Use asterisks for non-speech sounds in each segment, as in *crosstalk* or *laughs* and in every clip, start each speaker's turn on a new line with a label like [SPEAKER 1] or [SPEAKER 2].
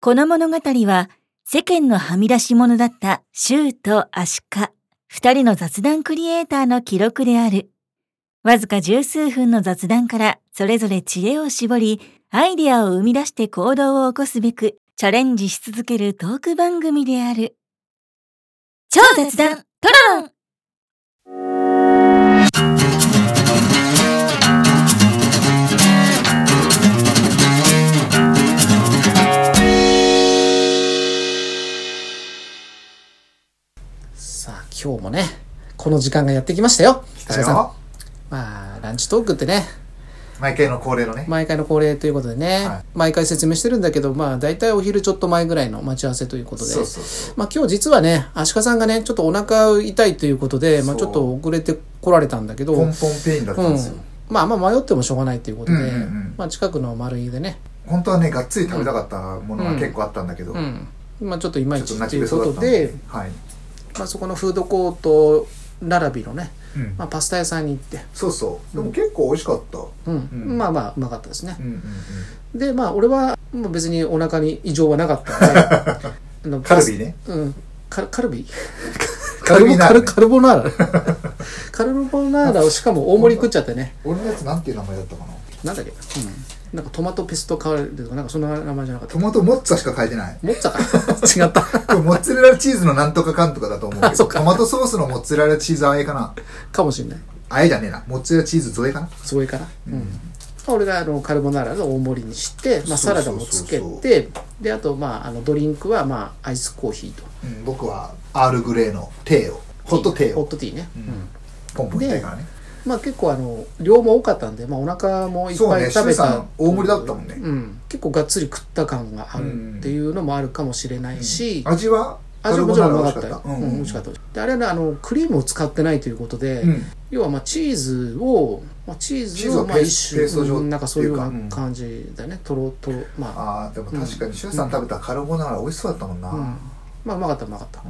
[SPEAKER 1] この物語は世間のはみ出し者だったシューとアシカ、二人の雑談クリエイターの記録である。わずか十数分の雑談からそれぞれ知恵を絞り、アイデアを生み出して行動を起こすべくチャレンジし続けるトーク番組である。超雑談トロロン
[SPEAKER 2] さあ今日もねこの時間がやってきましたよ
[SPEAKER 3] 来
[SPEAKER 2] 橋
[SPEAKER 3] た
[SPEAKER 2] 田さん
[SPEAKER 3] よ
[SPEAKER 2] まあランチトークってね
[SPEAKER 3] 毎回の恒例のね、
[SPEAKER 2] 毎回の恒例ということでね、
[SPEAKER 3] はい
[SPEAKER 2] 毎回説明してるんだけどまあ大体お昼ちょっと前ぐらいの待ち合わせということで
[SPEAKER 3] そうそうそう
[SPEAKER 2] まあ今日実はね足利さんがねちょっとお腹痛いということで、まあ、
[SPEAKER 3] そ
[SPEAKER 2] ち
[SPEAKER 3] う
[SPEAKER 2] ょっと遅れてこられたんだけど
[SPEAKER 3] ポンポンペインだったんです
[SPEAKER 2] う
[SPEAKER 3] よ、
[SPEAKER 2] ん、まああんま迷ってもしょうがないということで、
[SPEAKER 3] うんうんうん
[SPEAKER 2] まあ、近くの丸井でね、
[SPEAKER 3] 本当はねがっつり食べたかったものが結構あったんだけど、
[SPEAKER 2] うんまあ、ちょっといま
[SPEAKER 3] ち
[SPEAKER 2] い
[SPEAKER 3] ょっと
[SPEAKER 2] ちと
[SPEAKER 3] 泣き
[SPEAKER 2] い
[SPEAKER 3] べ
[SPEAKER 2] う
[SPEAKER 3] そ
[SPEAKER 2] こ
[SPEAKER 3] だっ
[SPEAKER 2] と
[SPEAKER 3] たん
[SPEAKER 2] で、
[SPEAKER 3] はい、
[SPEAKER 2] まあ、そこのフードコート並びのね、
[SPEAKER 3] うん
[SPEAKER 2] まあ、パスタ屋さんに行って、
[SPEAKER 3] そうそうでも結構美味しかった、う
[SPEAKER 2] うん
[SPEAKER 3] うん
[SPEAKER 2] まあまあうまかったですね
[SPEAKER 3] んうんうん、
[SPEAKER 2] でまあ俺はまあ別にお腹に異常はなかったんで
[SPEAKER 3] *laughs*
[SPEAKER 2] あの
[SPEAKER 3] カルビーね
[SPEAKER 2] パスうんカルカルビ
[SPEAKER 3] カルビーナー
[SPEAKER 2] カ
[SPEAKER 3] ラ
[SPEAKER 2] ル
[SPEAKER 3] ね
[SPEAKER 2] ボカルボナーラカルボナーラをしかも大盛り食っちゃってね
[SPEAKER 3] 俺のやつなんていう名前だったか
[SPEAKER 2] な
[SPEAKER 3] な
[SPEAKER 2] んだっけ、うん、なんかトマトペストカルとかなんかそんな名前じゃなかった
[SPEAKER 3] トマトモッツァしか書いてない
[SPEAKER 2] モッツァ
[SPEAKER 3] *laughs*
[SPEAKER 2] か違った
[SPEAKER 3] これモッツァレラチーズのなんとかかんとかだと思うけ
[SPEAKER 2] あそ
[SPEAKER 3] ど
[SPEAKER 2] っか
[SPEAKER 3] トマトソースのモッツァレラチーズあえかな
[SPEAKER 2] かもしれない
[SPEAKER 3] あえじゃねえなモッツァレラチーズ添えかな
[SPEAKER 2] すごいから、うん俺があのカルボナーラの大盛りにして、まあ、
[SPEAKER 3] そ
[SPEAKER 2] サ
[SPEAKER 3] うそ
[SPEAKER 2] ラ
[SPEAKER 3] うそ
[SPEAKER 2] ダ
[SPEAKER 3] う
[SPEAKER 2] も
[SPEAKER 3] そ
[SPEAKER 2] つ
[SPEAKER 3] う
[SPEAKER 2] けてであと、まあ、あのドリンクは、まあ、アイスコーヒーと
[SPEAKER 3] うん、僕はアールグレーのテーをホットテー
[SPEAKER 2] ホッ
[SPEAKER 3] を
[SPEAKER 2] トティーね、うん
[SPEAKER 3] ポンポンいきたいからね
[SPEAKER 2] まあ結構あの量も多かったんで、まあ、お腹もいっ
[SPEAKER 3] そう
[SPEAKER 2] ぱ
[SPEAKER 3] ね
[SPEAKER 2] い
[SPEAKER 3] シ
[SPEAKER 2] 食
[SPEAKER 3] ュウ
[SPEAKER 2] べ
[SPEAKER 3] さ
[SPEAKER 2] た、
[SPEAKER 3] ん大盛りだったもんね、
[SPEAKER 2] うん、結構がっつり食った感があるっていうのもあるかもしれないし、
[SPEAKER 3] 味は
[SPEAKER 2] 味はもちろんうまかったよ、
[SPEAKER 3] カルボナ
[SPEAKER 2] う
[SPEAKER 3] ーラ
[SPEAKER 2] ん
[SPEAKER 3] 美
[SPEAKER 2] 美
[SPEAKER 3] 味
[SPEAKER 2] 味
[SPEAKER 3] し
[SPEAKER 2] し
[SPEAKER 3] か
[SPEAKER 2] か
[SPEAKER 3] っ
[SPEAKER 2] ったであれはねあのクリームを使ってないということで、
[SPEAKER 3] たうん
[SPEAKER 2] 要はまあチーズを、まあ、チー
[SPEAKER 3] チ
[SPEAKER 2] ズ
[SPEAKER 3] ーズ
[SPEAKER 2] を
[SPEAKER 3] を
[SPEAKER 2] まあ
[SPEAKER 3] ペー
[SPEAKER 2] 一
[SPEAKER 3] ペ
[SPEAKER 2] 種
[SPEAKER 3] ースト状
[SPEAKER 2] うんなんかそういうよう
[SPEAKER 3] っていうかう
[SPEAKER 2] なん感じだよね、とろとろまあ
[SPEAKER 3] ああでも確かにシュウさん食べたカルボナーラ美味しそうだったもんな、
[SPEAKER 2] うんまあうまかったうまかった、
[SPEAKER 3] うん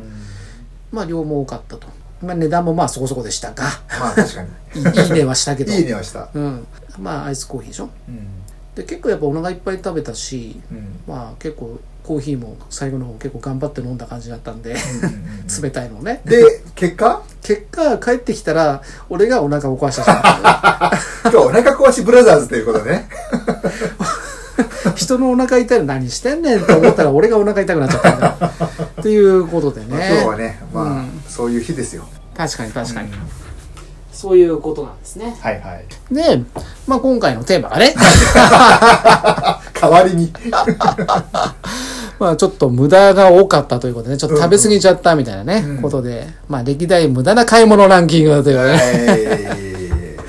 [SPEAKER 2] まあ量も多かったと、まあ、値段もまあそこそこでした
[SPEAKER 3] *laughs*
[SPEAKER 2] が
[SPEAKER 3] まあ
[SPEAKER 2] *laughs*
[SPEAKER 3] 確かに
[SPEAKER 2] いいいいねはしたけど
[SPEAKER 3] いいねはした
[SPEAKER 2] うん、まあアイスコーヒーでしょ
[SPEAKER 3] うん、
[SPEAKER 2] で結構やっぱお腹いっぱい食べたし
[SPEAKER 3] うんうん
[SPEAKER 2] まあ結構コーヒーも最後の方結構頑張って飲んだ感じだったんで
[SPEAKER 3] うん
[SPEAKER 2] 冷たいのをね
[SPEAKER 3] で結果
[SPEAKER 2] 結果帰ってきたら俺がお腹を壊してしま *laughs*
[SPEAKER 3] 今日お腹壊しブラザーズということでね
[SPEAKER 2] う人のお腹痛いの何してんねんと思ったら俺がお腹痛くなっちゃったんだよっていうことでね
[SPEAKER 3] まあ今日はねまあ、
[SPEAKER 2] うん
[SPEAKER 3] そういう日ですよ
[SPEAKER 2] 確かに確かに、
[SPEAKER 3] うん
[SPEAKER 2] そういうことなんですね
[SPEAKER 3] はいはい
[SPEAKER 2] で、まあ、今回のテーマがね *laughs*
[SPEAKER 3] 代わりに
[SPEAKER 2] まあちょっと無駄が多かったということでねちょっと食べ過ぎちゃったみたいなね、ことで、まあ、歴代無駄な買い物ランキングということでね
[SPEAKER 3] えー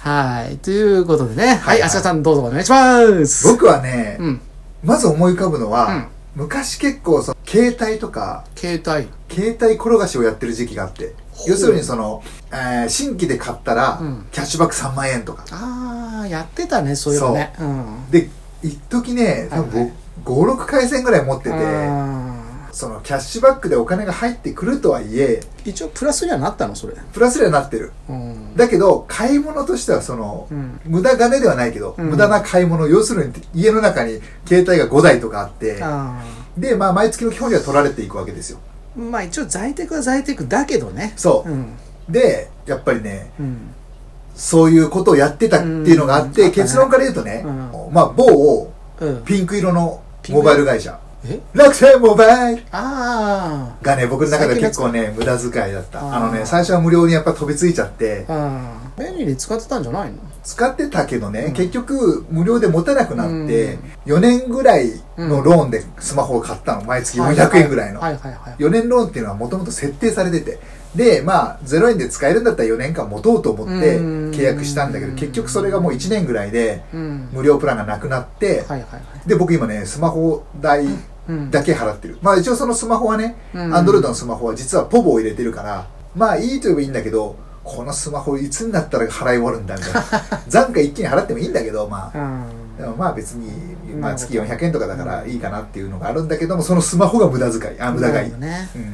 [SPEAKER 2] はい。ということでね。はいい。芦田さん、どうぞお願いします。
[SPEAKER 3] 僕はね、
[SPEAKER 2] うん。
[SPEAKER 3] まず思い浮かぶのは、
[SPEAKER 2] うん
[SPEAKER 3] 昔結構その携帯とか
[SPEAKER 2] 携帯。
[SPEAKER 3] 携帯転がしをやってる時期があって要するにその、えー新規で買ったら、
[SPEAKER 2] うん
[SPEAKER 3] キャッシュバック3万円とか
[SPEAKER 2] あー、やってたね、そういうのね。うん。
[SPEAKER 3] で一時ね多分、56回線ぐらい持ってて
[SPEAKER 2] あ
[SPEAKER 3] そのキャッシュバックでお金が入ってくるとはいえ
[SPEAKER 2] ー一応、プラスにはなったの、それ。
[SPEAKER 3] プラスにはなってる
[SPEAKER 2] うん。
[SPEAKER 3] だけど買い物としてはその、
[SPEAKER 2] うん
[SPEAKER 3] 無駄金ではないけど、
[SPEAKER 2] うん
[SPEAKER 3] 無駄な買い物要するに家の中に携帯が5台とかあって
[SPEAKER 2] あ
[SPEAKER 3] でまあ毎月の基本には取られていくわけですよ
[SPEAKER 2] ーまあ、一応、在宅は在宅だけどね。
[SPEAKER 3] そう、
[SPEAKER 2] うん。
[SPEAKER 3] でやっぱりね
[SPEAKER 2] うん。
[SPEAKER 3] そういうことをやってたっていうのがあって、
[SPEAKER 2] うん
[SPEAKER 3] 結論から言うとね、
[SPEAKER 2] う
[SPEAKER 3] まあ某
[SPEAKER 2] うん。
[SPEAKER 3] ピンク色の
[SPEAKER 2] ピンク色
[SPEAKER 3] モバイル会社
[SPEAKER 2] え
[SPEAKER 3] 楽天モバイル
[SPEAKER 2] あ
[SPEAKER 3] がね僕の中で結構ね無駄遣いだった
[SPEAKER 2] あ
[SPEAKER 3] あ
[SPEAKER 2] ー
[SPEAKER 3] のね最初は無料にやっぱ飛びついちゃって
[SPEAKER 2] ー。あー。便利に使ってたんじゃないの
[SPEAKER 3] 使ってたけどね、結局無料で持たなくなって、4年ぐらいのローンでスマホを買ったの毎月400円ぐらいの、
[SPEAKER 2] はいはいはい。
[SPEAKER 3] 4年ローンっていうのはもともと設定されててでまあ0円で使えるんだったら4年間持とうと思って
[SPEAKER 2] うん
[SPEAKER 3] 契約したんだけど結局それがもう1年ぐらいで
[SPEAKER 2] うん。
[SPEAKER 3] 無料プランがなくなって、
[SPEAKER 2] はいはいはい。
[SPEAKER 3] で僕今ねスマホ代
[SPEAKER 2] うん。
[SPEAKER 3] だけ払ってるまあ一応そのスマホはね
[SPEAKER 2] うん
[SPEAKER 3] アンドロイドのスマホは実はポボを入れてるからまあいいと言えばいいんだけどこのスマホいつになったら払い終わるんだ
[SPEAKER 2] *laughs*
[SPEAKER 3] みたいな残価一気に払ってもいいんだけどまあ
[SPEAKER 2] うん
[SPEAKER 3] でもまあ別に、ま
[SPEAKER 2] なる
[SPEAKER 3] あ、
[SPEAKER 2] ほ
[SPEAKER 3] 月
[SPEAKER 2] ど
[SPEAKER 3] 400円とかだからいいかなっていうのがあるんだけどもそのスマホが無駄遣いあ無駄
[SPEAKER 2] な
[SPEAKER 3] 買
[SPEAKER 2] る
[SPEAKER 3] い、
[SPEAKER 2] ほどね。
[SPEAKER 3] うん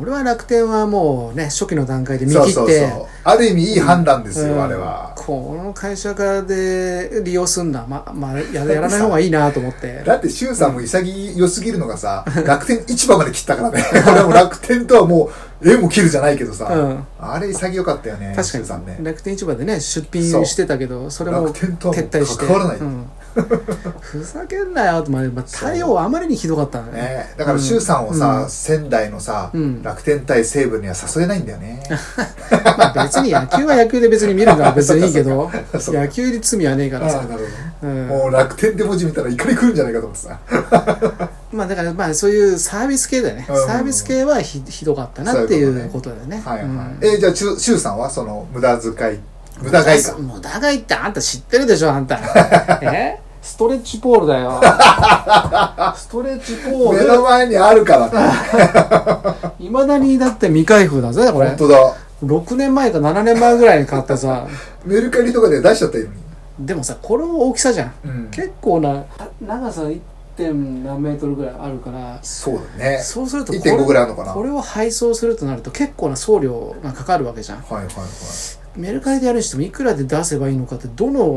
[SPEAKER 2] 俺は楽天はもうね初期の段階で見
[SPEAKER 3] そう
[SPEAKER 2] 切
[SPEAKER 3] そ
[SPEAKER 2] っ
[SPEAKER 3] うそ
[SPEAKER 2] て
[SPEAKER 3] うある意味いい判断ですよ、
[SPEAKER 2] うん
[SPEAKER 3] あれは
[SPEAKER 2] この会社がで利用すんな、ま、まあ、ややらない方がいいなと思って。
[SPEAKER 3] だって、シュウさんも潔すぎるの
[SPEAKER 2] *laughs*
[SPEAKER 3] がさ、楽天市場まで切ったからね。 *laughs* 俺も楽天とはもう、絵も切るじゃないけどさ、
[SPEAKER 2] うん
[SPEAKER 3] あれ潔かったよね、シュウ
[SPEAKER 2] 確
[SPEAKER 3] さ
[SPEAKER 2] か
[SPEAKER 3] んね
[SPEAKER 2] に、。楽天市場でね、出品してたけど、それも
[SPEAKER 3] 楽天とはもう
[SPEAKER 2] 撤退して。
[SPEAKER 3] 関わらない
[SPEAKER 2] うん、 *laughs* ふざけんなよと、まあ、まあ対応あまりにひどかったね。
[SPEAKER 3] ね、だから、シュウさんをさ、仙台のさ、
[SPEAKER 2] うん
[SPEAKER 3] 楽天対西武には誘えないんだよ
[SPEAKER 2] *laughs*
[SPEAKER 3] ね。
[SPEAKER 2] まあ別に野球は野球で別に見
[SPEAKER 3] *laughs*
[SPEAKER 2] るのは別にいいけど
[SPEAKER 3] か、そうか
[SPEAKER 2] 野球に罪はねえからさ。
[SPEAKER 3] るほ
[SPEAKER 2] う
[SPEAKER 3] ど
[SPEAKER 2] ん
[SPEAKER 3] もう楽天って文字見たら怒り来るんじゃないかと思ってさ。
[SPEAKER 2] まあだからまあそういうサービス系だよね。
[SPEAKER 3] うんうんうん
[SPEAKER 2] サービス系はひひどかったなってい
[SPEAKER 3] そうい
[SPEAKER 2] う
[SPEAKER 3] うこ
[SPEAKER 2] ことだよね。
[SPEAKER 3] はいはい。
[SPEAKER 2] うん
[SPEAKER 3] えーじゃあ、シュウシュウさんは、その、無駄遣い、無駄買いか。
[SPEAKER 2] もう長いってあんた知ってるでしょ、あん
[SPEAKER 3] *laughs*
[SPEAKER 2] た。えストレッチポールだよ。ストレッチポ
[SPEAKER 3] 目
[SPEAKER 2] ー
[SPEAKER 3] の
[SPEAKER 2] ル。
[SPEAKER 3] 前にあるからね。
[SPEAKER 2] いまだにだって未開封だぜ、これ
[SPEAKER 3] 本。当だ。
[SPEAKER 2] 6年前か7年前ぐらいに買った
[SPEAKER 3] *laughs*
[SPEAKER 2] さ。
[SPEAKER 3] メルカリとかで出しちゃったよ。
[SPEAKER 2] でもさ、この大きさじゃん。
[SPEAKER 3] うん
[SPEAKER 2] 結構な、長さ 1. 点何メートルぐらいあるから、
[SPEAKER 3] そうだね。
[SPEAKER 2] そうするとこれ
[SPEAKER 3] 1.5ぐらいあるのかな
[SPEAKER 2] これを配送するとなると結構な送料がかかるわけじゃん
[SPEAKER 3] はいはいはい。
[SPEAKER 2] メルカリでやるにしてもいくらで出せばいいのかってどの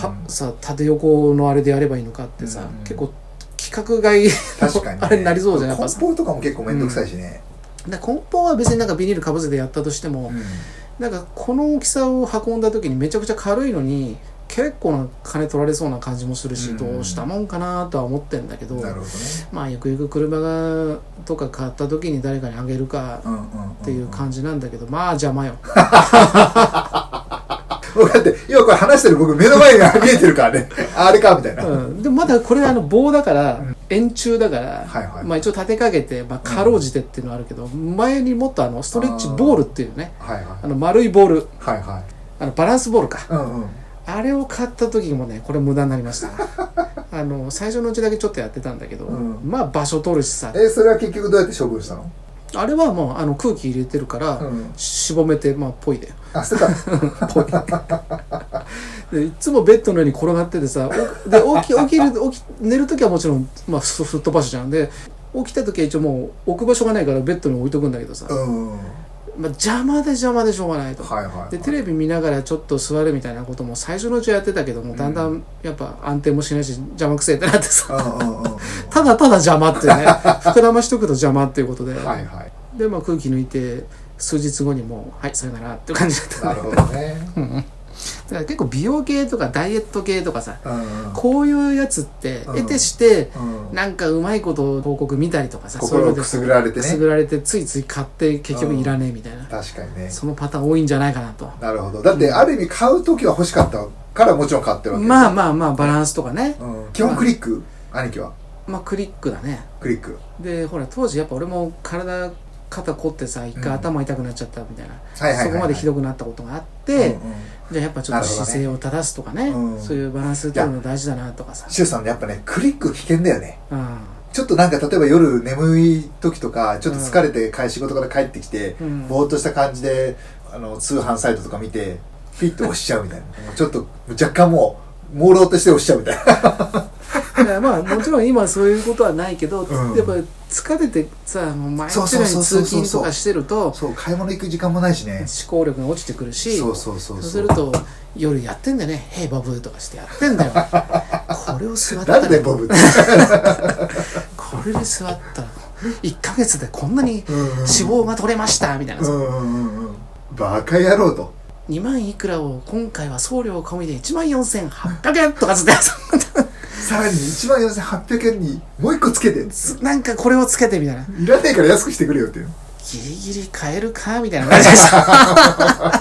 [SPEAKER 2] は、
[SPEAKER 3] うん
[SPEAKER 2] さ縦横のあれでやればいいのかってさ、
[SPEAKER 3] うん
[SPEAKER 2] 結構企画外 *laughs*
[SPEAKER 3] 確かに、ね。
[SPEAKER 2] あれになりそうじゃんやっぱさ
[SPEAKER 3] 梱包とかも結構めんどくさいしね。
[SPEAKER 2] で梱包は別になんかビニールかぶせてやったとしても、
[SPEAKER 3] うん
[SPEAKER 2] なんかこの大きさを運んだ時にめちゃくちゃ軽いのに結構な金取られそうな感じもするし、
[SPEAKER 3] うん
[SPEAKER 2] どうしたもんかなとは思ってんだけど
[SPEAKER 3] なるほどね。
[SPEAKER 2] まあゆくゆく車がとか買った時に誰かにあげるか
[SPEAKER 3] うんうんんん
[SPEAKER 2] っていう感じなんだけど、まあ邪魔よ
[SPEAKER 3] 僕だって、今これ話してる僕目の前が見えてるか
[SPEAKER 2] *laughs*
[SPEAKER 3] らね。あれかみたいな。
[SPEAKER 2] うん、でもまだこれあの棒だから、円柱だから、
[SPEAKER 3] はいはい
[SPEAKER 2] まあ、一応立てかけて、まあ、かろうじてっていうのはあるけど、前にもっとあのストレッチボールっていうね
[SPEAKER 3] はいはい。
[SPEAKER 2] あの丸いボール
[SPEAKER 3] はいはい。
[SPEAKER 2] あのバランスボールか
[SPEAKER 3] うんうん。
[SPEAKER 2] あれを買った時もねこれ無駄になりました *laughs* あの最初のうちだけちょっとやってたんだけど、
[SPEAKER 3] うん
[SPEAKER 2] まあ場所取るしさ
[SPEAKER 3] え、それは結局どうやって処分したの
[SPEAKER 2] あれはもうあの空気入れてるから、
[SPEAKER 3] うん
[SPEAKER 2] しぼめてまあぽいで
[SPEAKER 3] あ、捨てたの。
[SPEAKER 2] ぽい *laughs* でいつもベッドの上に転がっててさおで起き起きる起き寝る時はもちろん、まあ、ふふっ飛ばしじゃんで起きた時は一応もう置く場所がないからベッドに置いとくんだけどさ、
[SPEAKER 3] うんうん。は
[SPEAKER 2] まあ、邪魔で邪魔でしょうがないと、
[SPEAKER 3] いはい。
[SPEAKER 2] でテレビ見ながらちょっと座るみたいなことも最初のうちはやってたけどもだんだんやっぱ安定もしないし邪魔くせえってなってさ *laughs*
[SPEAKER 3] うんうんうん。
[SPEAKER 2] ただただ邪魔ってね *laughs* 膨らましとくと邪魔っていうことで、
[SPEAKER 3] はいはい。
[SPEAKER 2] で、まあ、空気抜いて数日後にもうはいさよならっていう感じだった
[SPEAKER 3] なるほどね。うん
[SPEAKER 2] だから結構美容系とかダイエット系とかさ
[SPEAKER 3] うん。
[SPEAKER 2] こういうやつって
[SPEAKER 3] うん
[SPEAKER 2] 得てして、
[SPEAKER 3] うん
[SPEAKER 2] なんかうまいこと広告見たりとかさそういう
[SPEAKER 3] 心
[SPEAKER 2] の
[SPEAKER 3] を
[SPEAKER 2] で
[SPEAKER 3] くすぐられて
[SPEAKER 2] く
[SPEAKER 3] ね。
[SPEAKER 2] すぐられてついつい買って結局いらねえみたいな、
[SPEAKER 3] 確かにね。
[SPEAKER 2] そのパターン多いんじゃないかなと
[SPEAKER 3] なるほど。だって、ある意味買うときは欲しかったからもちろん買ってるわけ
[SPEAKER 2] まあまあまあバランスとかね、
[SPEAKER 3] うん基本クリック兄貴は。
[SPEAKER 2] まあクリックだね
[SPEAKER 3] クリック。
[SPEAKER 2] でほら当時やっぱ俺も体肩凝ってさ一回頭痛くなっちゃったみたいな、
[SPEAKER 3] はいはいはいはい
[SPEAKER 2] そこまでひどくなったことがあって、
[SPEAKER 3] うんうん
[SPEAKER 2] じゃあやっぱちょっと
[SPEAKER 3] なるほどね
[SPEAKER 2] 姿勢を正すとかね
[SPEAKER 3] うん
[SPEAKER 2] そういうバランス取るの大事だなとかさ
[SPEAKER 3] シュウさんね、やっぱね、クリック危険だよね。
[SPEAKER 2] うん
[SPEAKER 3] ちょっとなんか、例えば夜眠い時とか、ちょっと疲れて帰仕事から帰ってきて、
[SPEAKER 2] うん
[SPEAKER 3] ぼーっとした感じで、あの、通販サイトとか見て、ピッと押しちゃうみたいな。ちょっと、若干もう、朦朧として押しちゃうみたいな。
[SPEAKER 2] だからまあもちろん今はそういうことはないけど、
[SPEAKER 3] うん
[SPEAKER 2] やっぱ疲れてさもう毎日のよう
[SPEAKER 3] そう
[SPEAKER 2] に
[SPEAKER 3] そうそうそう
[SPEAKER 2] 通勤とかしてると思
[SPEAKER 3] そう、買い物行く時間もないしね。
[SPEAKER 2] 考力が落ちてくるし
[SPEAKER 3] そうそうそうそう
[SPEAKER 2] すると夜やってんだよね「ヘイバブー」とかしてやってんだよこれを座った
[SPEAKER 3] なん
[SPEAKER 2] ら
[SPEAKER 3] でボブって。
[SPEAKER 2] これで座ったら1ヶ月でこんなに
[SPEAKER 3] *laughs* うんうんうん
[SPEAKER 2] 脂肪が取れましたみたいな
[SPEAKER 3] う
[SPEAKER 2] さ、
[SPEAKER 3] んうんうんうん。バカ野郎と。
[SPEAKER 2] 2万いくらを今回は送料込みで1万4800円とかつってさ
[SPEAKER 3] さらに1万4800円にもう一個つけて、
[SPEAKER 2] なんかこれをつけてみたいない
[SPEAKER 3] らねえから安くしてくれよっていう。
[SPEAKER 2] ギリギリ買えるかみたいな感じで *laughs* した。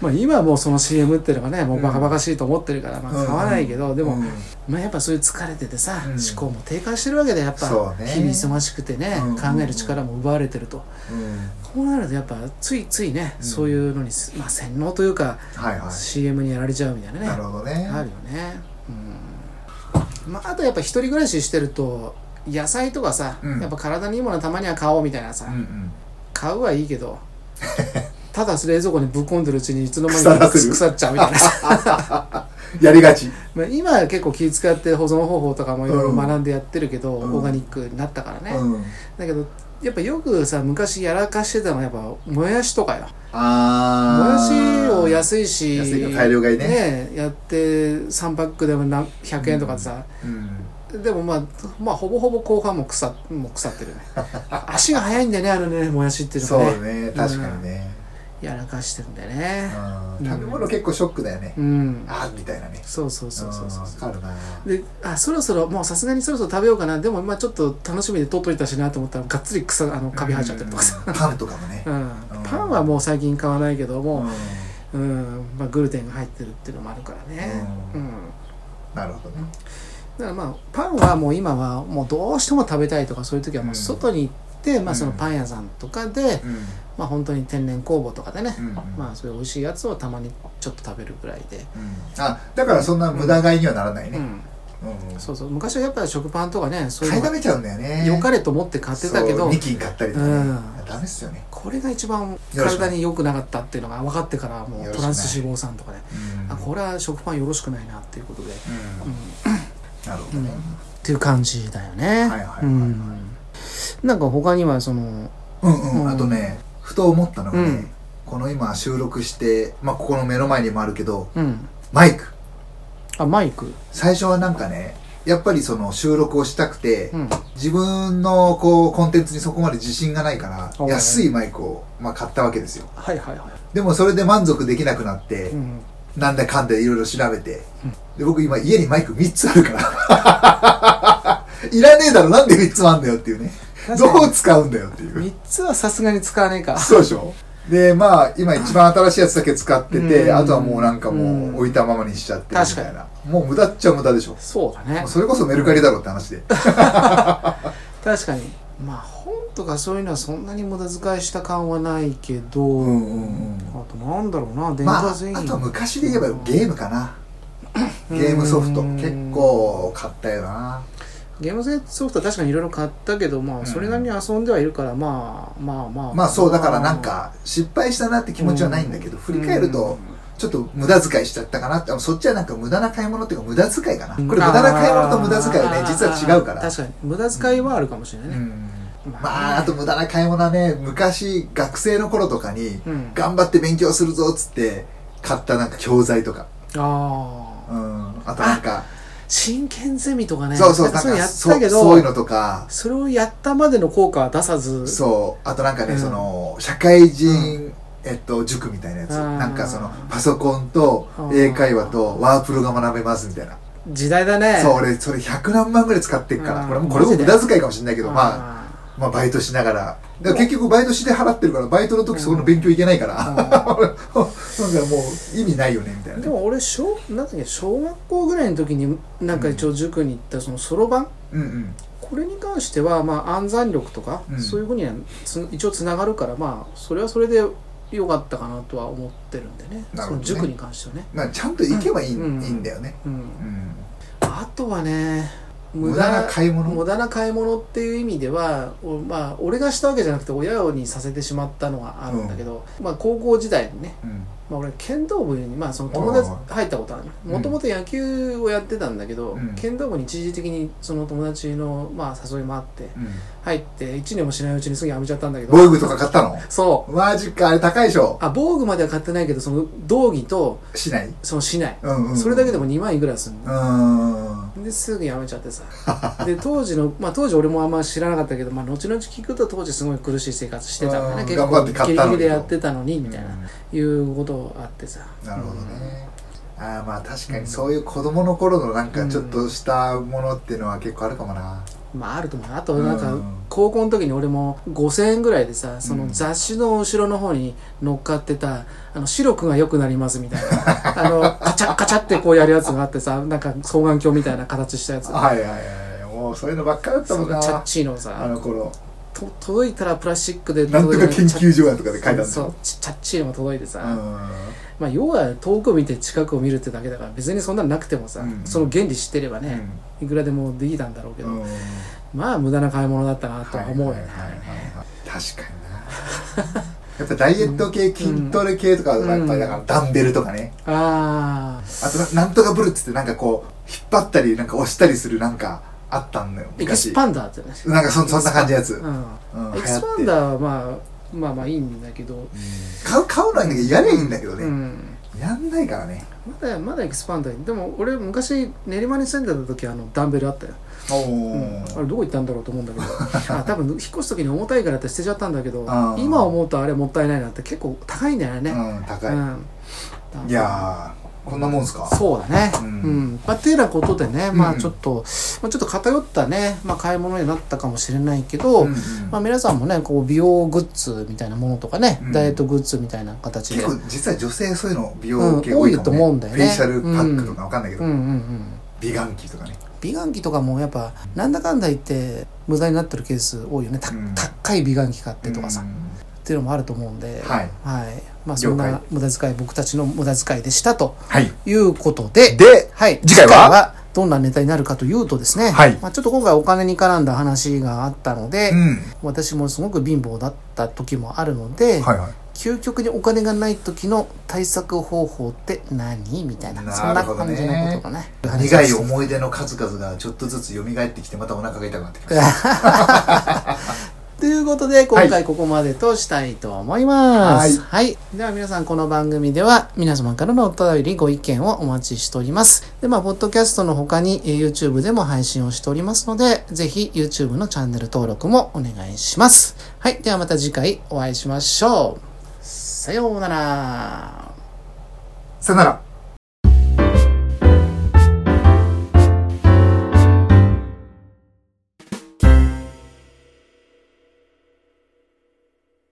[SPEAKER 2] まあ今はもうその CM っていうのがねもうバカバカしいと思ってるから、まあ買わないけど、でも、
[SPEAKER 3] うん
[SPEAKER 2] まあやっぱそういう疲れててさ、
[SPEAKER 3] うん
[SPEAKER 2] 思考も低下してるわけでやっぱ、
[SPEAKER 3] そうね
[SPEAKER 2] 日々忙しくてね、
[SPEAKER 3] うん
[SPEAKER 2] 考える力も奪われてると
[SPEAKER 3] うん
[SPEAKER 2] こうなるとやっぱついついね、そういうのに、まあ、洗脳というか、
[SPEAKER 3] はいは。
[SPEAKER 2] CM にやられちゃうみたいないね
[SPEAKER 3] なるほどね。
[SPEAKER 2] あるよねうんまああとやっぱ一人暮らししてると野菜とかさ、
[SPEAKER 3] うん
[SPEAKER 2] やっぱ体にいいものたまには買おうみたいなさ、
[SPEAKER 3] うんうん。
[SPEAKER 2] 買うはいいけ
[SPEAKER 3] *laughs*
[SPEAKER 2] どただ冷蔵庫にぶっ込んでるうちにいつの間に
[SPEAKER 3] 腐ら
[SPEAKER 2] か
[SPEAKER 3] せる
[SPEAKER 2] 腐っちゃうみ
[SPEAKER 3] *laughs*
[SPEAKER 2] たいなさ
[SPEAKER 3] やりがち。
[SPEAKER 2] まあ今は結構気遣って保存方法とかもいろいろ学んでやってるけど、
[SPEAKER 3] うん
[SPEAKER 2] オーガニックになったからね、
[SPEAKER 3] うん。
[SPEAKER 2] だけどやっぱよくさ昔やらかしてたのはやっぱもやしとかよもや
[SPEAKER 3] あ
[SPEAKER 2] し
[SPEAKER 3] ー
[SPEAKER 2] を安いし
[SPEAKER 3] 安いの大量買いね
[SPEAKER 2] やって3パックでも何100円とかでさ、
[SPEAKER 3] うん
[SPEAKER 2] でもまあまあほぼほぼ後半も腐もう腐ってる
[SPEAKER 3] *laughs*
[SPEAKER 2] ねあ足が速いんだよねあのねもやしっていうの
[SPEAKER 3] そ
[SPEAKER 2] が
[SPEAKER 3] う
[SPEAKER 2] ね
[SPEAKER 3] ね確かにね、
[SPEAKER 2] やらかしてるんだよね
[SPEAKER 3] うん
[SPEAKER 2] うん
[SPEAKER 3] 食べ物結構ショックだよね、
[SPEAKER 2] うん
[SPEAKER 3] あーみたいなね
[SPEAKER 2] そうそうそうそうそう
[SPEAKER 3] うんわかるな
[SPEAKER 2] であそろそろもうさすがにそろそろ食べようかなでもまあちょっと楽しみで取っといたしなと思ったらがっつり草あのカビ生えちゃってるとかさ、
[SPEAKER 3] うんパンとかもね
[SPEAKER 2] うん、パンはもう最近買わないけど
[SPEAKER 3] うん
[SPEAKER 2] も、うんまあ、グルテンが入ってるっていうのもあるからね、
[SPEAKER 3] う
[SPEAKER 2] うんん
[SPEAKER 3] なるほどね
[SPEAKER 2] だからまあパンはもう今はもうどうしても食べたいとかそういう時はもう外に行って、まあ、そのパン屋さんとかで、
[SPEAKER 3] うん
[SPEAKER 2] まあ本当に天然工房とかでね、
[SPEAKER 3] うん
[SPEAKER 2] まあそういう美味しいやつをたまにちょっと食べるぐらいで、
[SPEAKER 3] うんあだからそんな無駄買いにはならないうね、
[SPEAKER 2] ん、
[SPEAKER 3] うん
[SPEAKER 2] そうそう昔はやっぱり食パンとかねそういう
[SPEAKER 3] 買い
[SPEAKER 2] の
[SPEAKER 3] だ
[SPEAKER 2] が
[SPEAKER 3] めちゃうんだよね
[SPEAKER 2] 良かれと思って買ってたけど
[SPEAKER 3] そう2斤買ったりとかね、
[SPEAKER 2] うん
[SPEAKER 3] ダメっすよね、
[SPEAKER 2] これが一番
[SPEAKER 3] よろしく
[SPEAKER 2] 体に良くなかったっていうのが分かってからも
[SPEAKER 3] よろし
[SPEAKER 2] う
[SPEAKER 3] く
[SPEAKER 2] トランス脂肪酸とかね
[SPEAKER 3] うん
[SPEAKER 2] あこれは食パンよろしくないなっていうことで、
[SPEAKER 3] う
[SPEAKER 2] うんん、っ
[SPEAKER 3] なるほどね、
[SPEAKER 2] ていう感じだよね
[SPEAKER 3] はいはいはいは
[SPEAKER 2] う
[SPEAKER 3] い
[SPEAKER 2] んなんか他にはその
[SPEAKER 3] うんうん、
[SPEAKER 2] うん
[SPEAKER 3] あとねふと思ったのがね、
[SPEAKER 2] うん
[SPEAKER 3] この今収録して、まあ、ここの目の前にもあるけど
[SPEAKER 2] うん
[SPEAKER 3] マイク
[SPEAKER 2] あマイク
[SPEAKER 3] 最初はなんかねやっぱりその収録をしたくて、
[SPEAKER 2] うん
[SPEAKER 3] 自分のこうコンテンツにそこまで自信がないか
[SPEAKER 2] お
[SPEAKER 3] ら
[SPEAKER 2] う
[SPEAKER 3] 安いマイクを、まあ、買ったわけですよ
[SPEAKER 2] はいはいは
[SPEAKER 3] でもそれで満足できなくなって、
[SPEAKER 2] い、うん、
[SPEAKER 3] なんだかんだいろいろ調べて、で僕今家にマイク3つあるからいらね *laughs* えだろなんで3つもあんだよっていうね
[SPEAKER 2] 確かに
[SPEAKER 3] どう使うんだよっていう
[SPEAKER 2] 3つはさすがに使わねえか
[SPEAKER 3] *laughs* そうでしょで、まあ、今一番新しいやつだけ使って
[SPEAKER 2] う
[SPEAKER 3] て、
[SPEAKER 2] ん
[SPEAKER 3] あとはもうなんかも
[SPEAKER 2] うん
[SPEAKER 3] う置いたままにしちゃってるみたいな。もう無駄っちゃ無駄でしょ。
[SPEAKER 2] そうだね
[SPEAKER 3] それこそメルカリだろって話で。
[SPEAKER 2] 確かにまあ本とかそういうのはそんなに無駄遣いした感はないけど、
[SPEAKER 3] うんうんうん
[SPEAKER 2] あとなんだろうな電
[SPEAKER 3] まあ、
[SPEAKER 2] 化
[SPEAKER 3] あ
[SPEAKER 2] 製品、
[SPEAKER 3] とは昔で言えばゲームかな。ゲームソフト。
[SPEAKER 2] うん
[SPEAKER 3] 結構買ったよな。
[SPEAKER 2] ゲーム性ソフトは確かにいろいろ買ったけどま
[SPEAKER 3] ん
[SPEAKER 2] あそれなりに遊んではいるから、まあまあまあ
[SPEAKER 3] まあそう、だからなんか失敗したなって気持ちはないんだけど、振り返ると、ちょっと無駄遣いしちゃったかなって、そっちはなんか無駄な買い物っていうか無駄遣いかな。こ
[SPEAKER 2] う
[SPEAKER 3] れ
[SPEAKER 2] ん
[SPEAKER 3] 無駄な買い物と無駄遣いはね
[SPEAKER 2] あ、ー
[SPEAKER 3] 実は違うから。
[SPEAKER 2] 確かに無駄遣いはあるかもしれないね、
[SPEAKER 3] うん
[SPEAKER 2] まあ
[SPEAKER 3] まああと無駄な買い物はね昔学生の頃とかに
[SPEAKER 2] うん
[SPEAKER 3] 頑張って勉強するぞっつって買ったなんか教材とか、
[SPEAKER 2] あ
[SPEAKER 3] う
[SPEAKER 2] あ
[SPEAKER 3] ん、あとなんか
[SPEAKER 2] 真剣ゼミとかね
[SPEAKER 3] そうそう
[SPEAKER 2] なんか
[SPEAKER 3] なん
[SPEAKER 2] そういうのやったけ
[SPEAKER 3] かそ
[SPEAKER 2] ど
[SPEAKER 3] そういうのとか
[SPEAKER 2] それをやったまでの効果は出さず
[SPEAKER 3] そうあとなんかね、
[SPEAKER 2] うん
[SPEAKER 3] その社会人、えっと、塾みたいなやつ
[SPEAKER 2] あー
[SPEAKER 3] なんかそのパソコンと
[SPEAKER 2] あー
[SPEAKER 3] 英会話とワープロが学べますみたいな
[SPEAKER 2] 時代だね
[SPEAKER 3] そう俺それ100何万ぐらい使ってっか
[SPEAKER 2] うん
[SPEAKER 3] らこれもこれも無駄遣いかもしれないけどま
[SPEAKER 2] あ
[SPEAKER 3] あ
[SPEAKER 2] ー
[SPEAKER 3] まあ、バイトしながら。だから結局、バイトして払ってるから、バイトの時そこの勉強いけないから、 *laughs* なんかもう意味ないよね、みたいな
[SPEAKER 2] で
[SPEAKER 3] ね。
[SPEAKER 2] も俺小なんだっけ小学校ぐらいの時になんか一応塾に行ったそのそろばん
[SPEAKER 3] うんうん。
[SPEAKER 2] これに関してはまあ暗算力とか、
[SPEAKER 3] うん
[SPEAKER 2] そういうふうにはつ一応つながるからまあそれはそれで良かったかなとは思ってるんでね
[SPEAKER 3] な
[SPEAKER 2] そ
[SPEAKER 3] るほど
[SPEAKER 2] の
[SPEAKER 3] ね
[SPEAKER 2] 塾に関してはね、
[SPEAKER 3] まあ、ちゃんと行けばいい,、
[SPEAKER 2] うん
[SPEAKER 3] いいんだよね。
[SPEAKER 2] うん
[SPEAKER 3] う、ん。
[SPEAKER 2] あとはね
[SPEAKER 3] 無駄な買い物
[SPEAKER 2] 無駄な買い物っていう意味では、おまあ、俺がしたわけじゃなくて親にさせてしまったのがあるんだけど、まあ、高校時代にね、
[SPEAKER 3] うん。
[SPEAKER 2] まあ、俺剣道部に、まあ、その友達
[SPEAKER 3] おうおう
[SPEAKER 2] 入ったことある
[SPEAKER 3] うん
[SPEAKER 2] もともと野球をやってたんだけど、
[SPEAKER 3] うん
[SPEAKER 2] 剣道部に一時的にその友達の、まあ、誘いもあって
[SPEAKER 3] うん。
[SPEAKER 2] 入って1年もしないうちにすぐ辞めちゃったんだけど
[SPEAKER 3] 防具とか買ったの
[SPEAKER 2] そう
[SPEAKER 3] マジか、あれ高いでしょ
[SPEAKER 2] あ防具までは買ってないけどその道着と
[SPEAKER 3] しない
[SPEAKER 2] その市内、
[SPEAKER 3] うんうん。
[SPEAKER 2] それだけでも
[SPEAKER 3] う
[SPEAKER 2] 2万いくらすんの、
[SPEAKER 3] ーん。
[SPEAKER 2] ですぐ辞めちゃってさで当時のまあ当時俺もあんま知らなかったけど、まあ、後々聞くと当時すごい苦しい生活してたんだ
[SPEAKER 3] う
[SPEAKER 2] ね
[SPEAKER 3] ん
[SPEAKER 2] 結
[SPEAKER 3] 頑張って
[SPEAKER 2] 構
[SPEAKER 3] 買
[SPEAKER 2] ギ
[SPEAKER 3] っ
[SPEAKER 2] リギ
[SPEAKER 3] たの
[SPEAKER 2] リ
[SPEAKER 3] に
[SPEAKER 2] でやってたのにみたいな、
[SPEAKER 3] うん
[SPEAKER 2] いうことあってさ
[SPEAKER 3] なるほどね。ああまあ確かにそういう子供の頃のなんかちょっとしたものっていうのは結構あるかもな。
[SPEAKER 2] まああると思うあとなんか、
[SPEAKER 3] うん
[SPEAKER 2] 高校の時に俺も5000円ぐらいでさそ
[SPEAKER 3] うん
[SPEAKER 2] の雑誌の後ろの方に乗っかってた「あの視力が良くなります」みたいなあのカチャッカチャってこうやるやつがあってさなんか双眼鏡みたいな形したやつ
[SPEAKER 3] はいはいはい。もうそういうのばっかだった
[SPEAKER 2] そ
[SPEAKER 3] もん
[SPEAKER 2] うチャ
[SPEAKER 3] な
[SPEAKER 2] ッ。チーの
[SPEAKER 3] あ
[SPEAKER 2] さ
[SPEAKER 3] の頃。
[SPEAKER 2] と届いたらプラスチックで
[SPEAKER 3] なん
[SPEAKER 2] 届
[SPEAKER 3] と
[SPEAKER 2] い
[SPEAKER 3] か
[SPEAKER 2] た
[SPEAKER 3] 研究所やとかで書いたんだ
[SPEAKER 2] そう
[SPEAKER 3] よ。
[SPEAKER 2] チチャッチーのも届いてさ、
[SPEAKER 3] う
[SPEAKER 2] まあ要は遠く見て近くを見るってだけだから別にそんなのなくてもさ、
[SPEAKER 3] うん
[SPEAKER 2] その原理知ってればね、いくらでもできたんだろうけど、
[SPEAKER 3] ん。
[SPEAKER 2] まあ無駄な買い物だったなとは思うよね、
[SPEAKER 3] はいはいはいはい確かにな。やっぱダイエット系、筋トレ系とか、やっぱりだからダンベルとかね。
[SPEAKER 2] ああ
[SPEAKER 3] あとななんとかブルっつってなんかこう、引っ張ったり、なんか押したりするなんか、あったんだよ
[SPEAKER 2] エクス
[SPEAKER 3] 昔
[SPEAKER 2] パンダーってね、
[SPEAKER 3] なんかそそんな感じのやつ、うん
[SPEAKER 2] う
[SPEAKER 3] 流行っ
[SPEAKER 2] ん、
[SPEAKER 3] て
[SPEAKER 2] エクスパンダーはまあまあまあいいんだけど
[SPEAKER 3] 買う買うのはいいんだけどやりゃいいんだけどね、
[SPEAKER 2] うん、
[SPEAKER 3] やんないからね
[SPEAKER 2] まだまだエクスパンダーにでも俺昔練馬に住んでた時あのダンベルあったよ、
[SPEAKER 3] お
[SPEAKER 2] うん、あ
[SPEAKER 3] お、
[SPEAKER 2] れどこ行ったんだろうと思うん
[SPEAKER 3] *laughs*
[SPEAKER 2] だけどあ多分引っ越す時に重たいからって捨てちゃったんだけど
[SPEAKER 3] あー
[SPEAKER 2] 今思うとあれもったいないなって結構高いんだよ
[SPEAKER 3] う
[SPEAKER 2] ね、
[SPEAKER 3] ん高い、
[SPEAKER 2] うん
[SPEAKER 3] いやーこんなもんすか
[SPEAKER 2] そうだね。う
[SPEAKER 3] うんん。
[SPEAKER 2] まあ、ていうようなことでね、まあ、
[SPEAKER 3] うん
[SPEAKER 2] ちょっと、まあ、ちょっと偏ったね、まあ、買い物になったかもしれないけど、
[SPEAKER 3] んん
[SPEAKER 2] まあ、皆さんもね、こう、美容グッズみたいなものとかね、
[SPEAKER 3] うん
[SPEAKER 2] ダイエットグッズみたいな形で。
[SPEAKER 3] 結構実は女性そういうの美
[SPEAKER 2] うん
[SPEAKER 3] 容系多いか
[SPEAKER 2] 多い
[SPEAKER 3] も、ね
[SPEAKER 2] と思うんだよね
[SPEAKER 3] フェイシャルパックとかわかんないけど、
[SPEAKER 2] うんうんうん。
[SPEAKER 3] 美顔器とかね
[SPEAKER 2] 美顔器とかもやっぱ、なんだかんだ言って、無駄になってるケース多いよね。た
[SPEAKER 3] うん
[SPEAKER 2] 高い美顔器買ってとかさ、
[SPEAKER 3] う
[SPEAKER 2] っ
[SPEAKER 3] ん
[SPEAKER 2] ていうのもあると思うんで、
[SPEAKER 3] はい
[SPEAKER 2] はい。まあ、そん
[SPEAKER 3] 了
[SPEAKER 2] な
[SPEAKER 3] 解
[SPEAKER 2] 無駄遣い、僕たちの無駄遣いでしたと
[SPEAKER 3] はい
[SPEAKER 2] いうことで、
[SPEAKER 3] で
[SPEAKER 2] はい、
[SPEAKER 3] 次回は
[SPEAKER 2] どんなネタになるかというとですね、
[SPEAKER 3] はい
[SPEAKER 2] まあ、ちょっと今回お金に絡んだ話があったので、
[SPEAKER 3] うん
[SPEAKER 2] 私もすごく貧乏だった時もあるので、
[SPEAKER 3] はいはい
[SPEAKER 2] 究極にお金がない時の対策方法って何みたいなそん
[SPEAKER 3] な
[SPEAKER 2] な
[SPEAKER 3] るほど
[SPEAKER 2] 感
[SPEAKER 3] ね
[SPEAKER 2] じのことがね
[SPEAKER 3] 苦い思い出の数々がちょっとずつ蘇ってきてまたお腹が痛くなってきました
[SPEAKER 2] ということで、今回ここまでとしたいと思います。はい。では皆さん、この番組では皆様からのお便り、ご意見をお待ちしております。で、まあ、ポッドキャストの他にえー YouTube でも配信をしておりますので、ぜひ YouTube のチャンネル登録もお願いします。はい。ではまた次回お会いしましょう。さようなら。
[SPEAKER 3] さよなら